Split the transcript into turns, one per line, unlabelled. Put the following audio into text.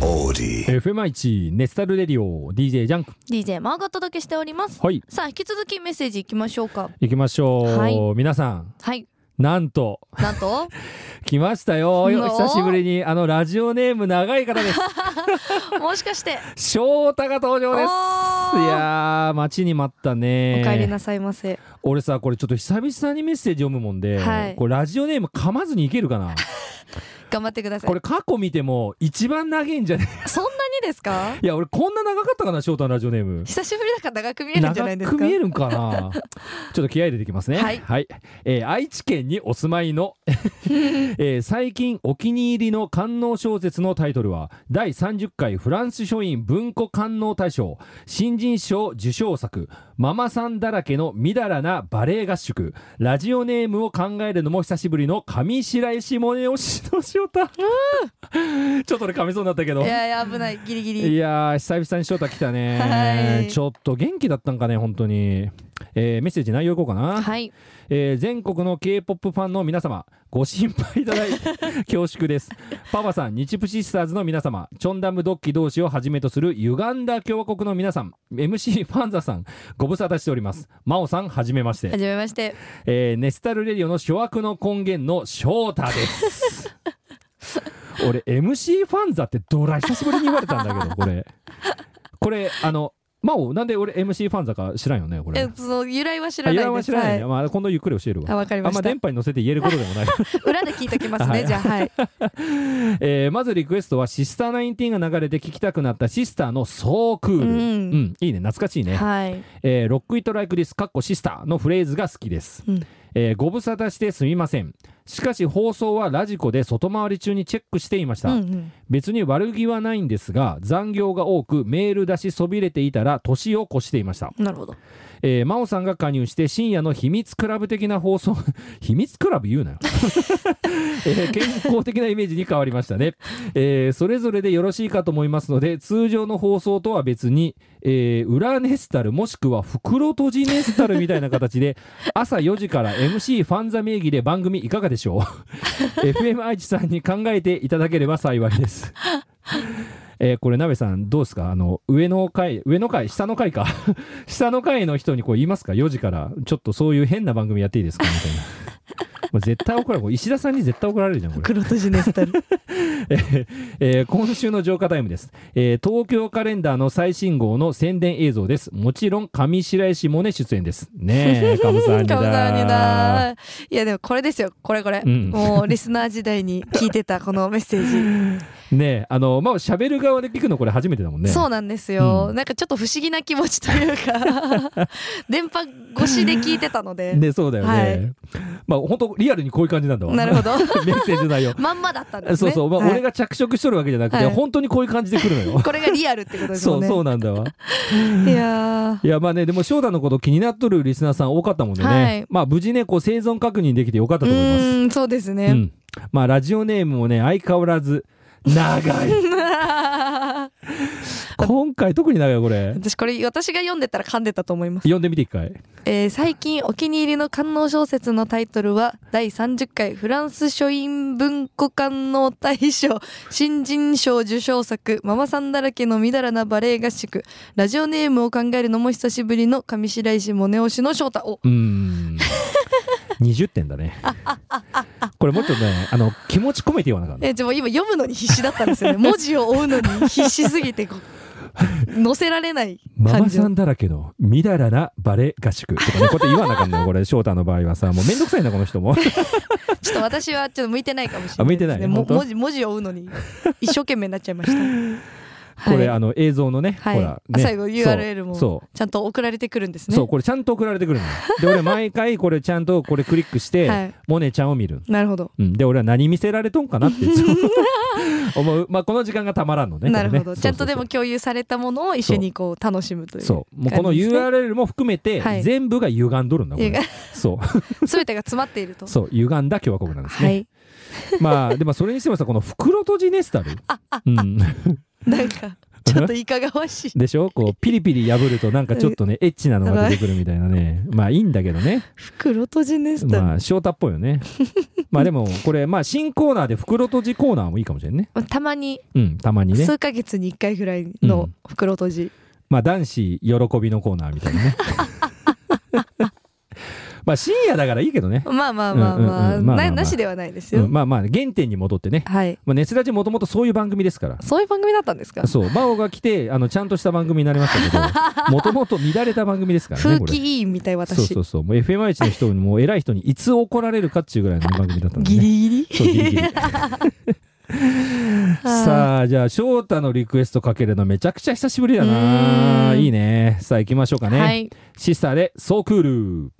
body.
FM1 ネスタルレディオ DJ ジャンク
DJ マーがお届けしております
はい
さあ引き続きメッセージいきましょうか
行きましょう、
はい
皆さん
はい
なんと
なん と
来ましたよよ
もう
久しぶりにあのラジオネーム長い方 です
もしかして
翔太が登場です
おー
いやー待ちに待った
お
ね
帰りなさいませ
俺さこれちょっと久々にメッセージ読むもんで、
はい
これラジオネーム噛まずにいけるか な
頑張ってください
これ過去見ても一番長いんじゃない
そんなにですか
いや俺こんな長かったかな翔太のラジオネーム
久しぶりだから長く見えるんじゃないです
長
か
く見えるん かなちょっと気合い入れてきますね
はい
えー愛知県にお住まい の、えー最近お気に入りの官能小説のタイトルは第30回フランス書院文庫官能大賞新人賞受賞作ママさんだらけのみだらなバレエ合宿ラジオネームを考えるのも久しぶりの上白石萌音をしのしおた ちょっと俺噛みそうになったけど
いやいや危ないギリギ
い
リ
やー久々に翔太来たね、
はい
ちょっと元気だったんかね本当に、えーメッセージ内容いこうかな、
はい
えー全国の k p o p ファンの皆様ご心配いた だいて恐縮ですパパさん日プシスターズの皆様チョンダムドッキ同士をはじめとするユガンダ共和国の皆さん MC ファンザさんご無沙汰しております真央さんはじめまして
はじめまして
えーネスタルレディオの諸悪の根源の翔太です 俺 MC ファンザってドラ久しぶりに言われたんだけどこれこれあの真央なんで俺 MC ファンザか知らんよねこれ
えその由来は知
あ
らない
や
で
は
す
知らないね、
は
まあ、今度ゆっくり教えるわ
あわかり
あ
ま
んま
した
電波に乗せて言えることでもない
裏で聞いときます
は
ね
い
じゃあはい
えーまずリクエストはシスター19が流れて聞きたくなったシスターのソークール、
うん
いいね懐かしいね、
はい
えーロックイットライクですかっこシスターのフレーズが好きです、
うん
えーご無沙汰してすみませんしかし放送はラジコで外回り中にチェックしていました、
うんうん
別に悪気はないんですが残業が多くメール出しそびれていたら年を越していました、
なるほど
えー、真央さんが加入して深夜の秘密クラブ的な放送 秘密クラブ言うなよ、 えー健康的なイメージに変わりましたね、えーそれぞれでよろしいかと思いますので通常の放送とは別に、えー裏ネスタルもしくは袋閉じネスタルみたいな形で朝4時から MC ファンザ名義で番組いかがでしょう FM 愛知さんに考えていただければ幸いです えーこれ鍋さんどうですかあの上の階上の階下の階か 下の階の人にこう言いますか4時からちょっとそういう変な番組やっていいですかみたいな もう絶対怒られるこれ石田さんに絶対怒られるじゃん これ
黒とジネスタル
えー今週の浄化タイムです、えー東京カレンダーの最新号の宣伝映像ですもちろん上白石萌音出演ですね えカムさんにだ
カムサハニダいやでもこれですよこれこれ、
うん
もうリスナー時代に聞いてたこのメッセージ
ねえあのまあ喋る側で聞くのこれ初めてだもんね
そうなんですよ、
うん
なんかちょっと不思議な気持ちとい うか電波越しで聞いてたので、
ねそうだよね、
はい
まあ本当リアルにこういう感じなんだわ
なるほど
メッセージの内容
まんまだったんですね
そうそう、まあ、
はい
俺が着色しとるわけじゃなくて、
はい
本当にこういう感じで来るの よ。
これがリアルってことです
そ
もん
う
ね
そうなんだわ。
いや
いやまあねでも翔太のこと気になっとるリスナーさん多かったもんでね、
はい
まあ無事ねこう生存確認できてよかった
ーう
と思います。
ーんそうです
う
ね、
ん、まあラジオネームもね相変わらず 長い今回特に長いよこれ
私これ私が読んでたら噛んでたと思います、
読んでみて一回
えー最近お気に入りの官能小説のタイトルは第30回フランス書院文庫官能大賞新人賞受賞作ママさんだらけのみだらなバレエ合宿ラジオネームを考えるのも久しぶりの上白石萌音推しの翔太お
うーん20点だねこれもっとねあの気持ち込めて言わなかった
えー、でも今読むのに必死だったん ですよね文字を追うのに必死すぎてこう載せられない
マ
感
マ
じ
さんだらけのみだらなバレ合宿とかねこうやって言わなあかん のこれ翔太の場合はさもうめんどくさいなこの人も
ちょっと私はちょっと向いてないかもしれ
あ
な
向
い
いて
で
な
す
い
ね。も
本当
文字文字を追うのに一生懸命になっちゃい ました。
これ、
はい
あの映像のね、
はい
ほら、
あ
ね、
最後 URL も
そう
ちゃんと送られてくるんです
そう,、
ね。
そうこれちゃんと送られてくるのよで俺毎回これちゃんとこれクリックして、
はい
モネちゃんを見る、
なるほど。
うん、で俺は何見せられとんかなっていつ も思うまあこの時間がたまらんのね
なるほ
これ
ど。
ね
ちゃんとでも共有されたものを一緒にこう楽しむとい。
そう うもうこの
感じですね
URL も含めて、
はい
全部が歪んどるんだこれ
ゆが
そう
全てが詰まっていると。
そう歪んだ共和国なんですね、
はい。
まあでもそれにしてもさこの袋閉じネスタル、うん、
なんかちょっといかがわしい
でしょこうピリピリ破るとなんかちょっとねエッチなのが出てくるみたいなねまあいいんだけどね
袋閉じネスタ、
まあ翔太っぽいよ ねまあでもこれまあ新コーナーで袋閉じコーナーもいいかもしれんね
たまに
うんたまにね
数ヶ月に1回ぐらいうの
ん
袋閉じ、
まあ男子喜びのコーナーみたいな ねまあ深夜だからいいけどね、
まあまあまあま
うんうん
あ
うんまあまあまあ
ななしではないです
う
よ、
んまあまあ原点に戻ってね
はい
まあネスラジもともとそういう番組ですから
そういう番組だったんですか
そうバオが来てあのちゃんとした番組になりました けどもともと乱れた番組ですからね
風
これ
紀委員みたい私
そうそうそう。もう FMI1 の人にもう偉い人にいつ怒られるかっていうぐらいの番組だったんで、ね。
ギリギリ
そうギリ ギリ
あ
さあ、じゃあ、翔太のリクエストかけるのめちゃくちゃ久しぶりだな。
うーん
いいね。さあ、行きましょうかね。
はい
シスターで、ソークール。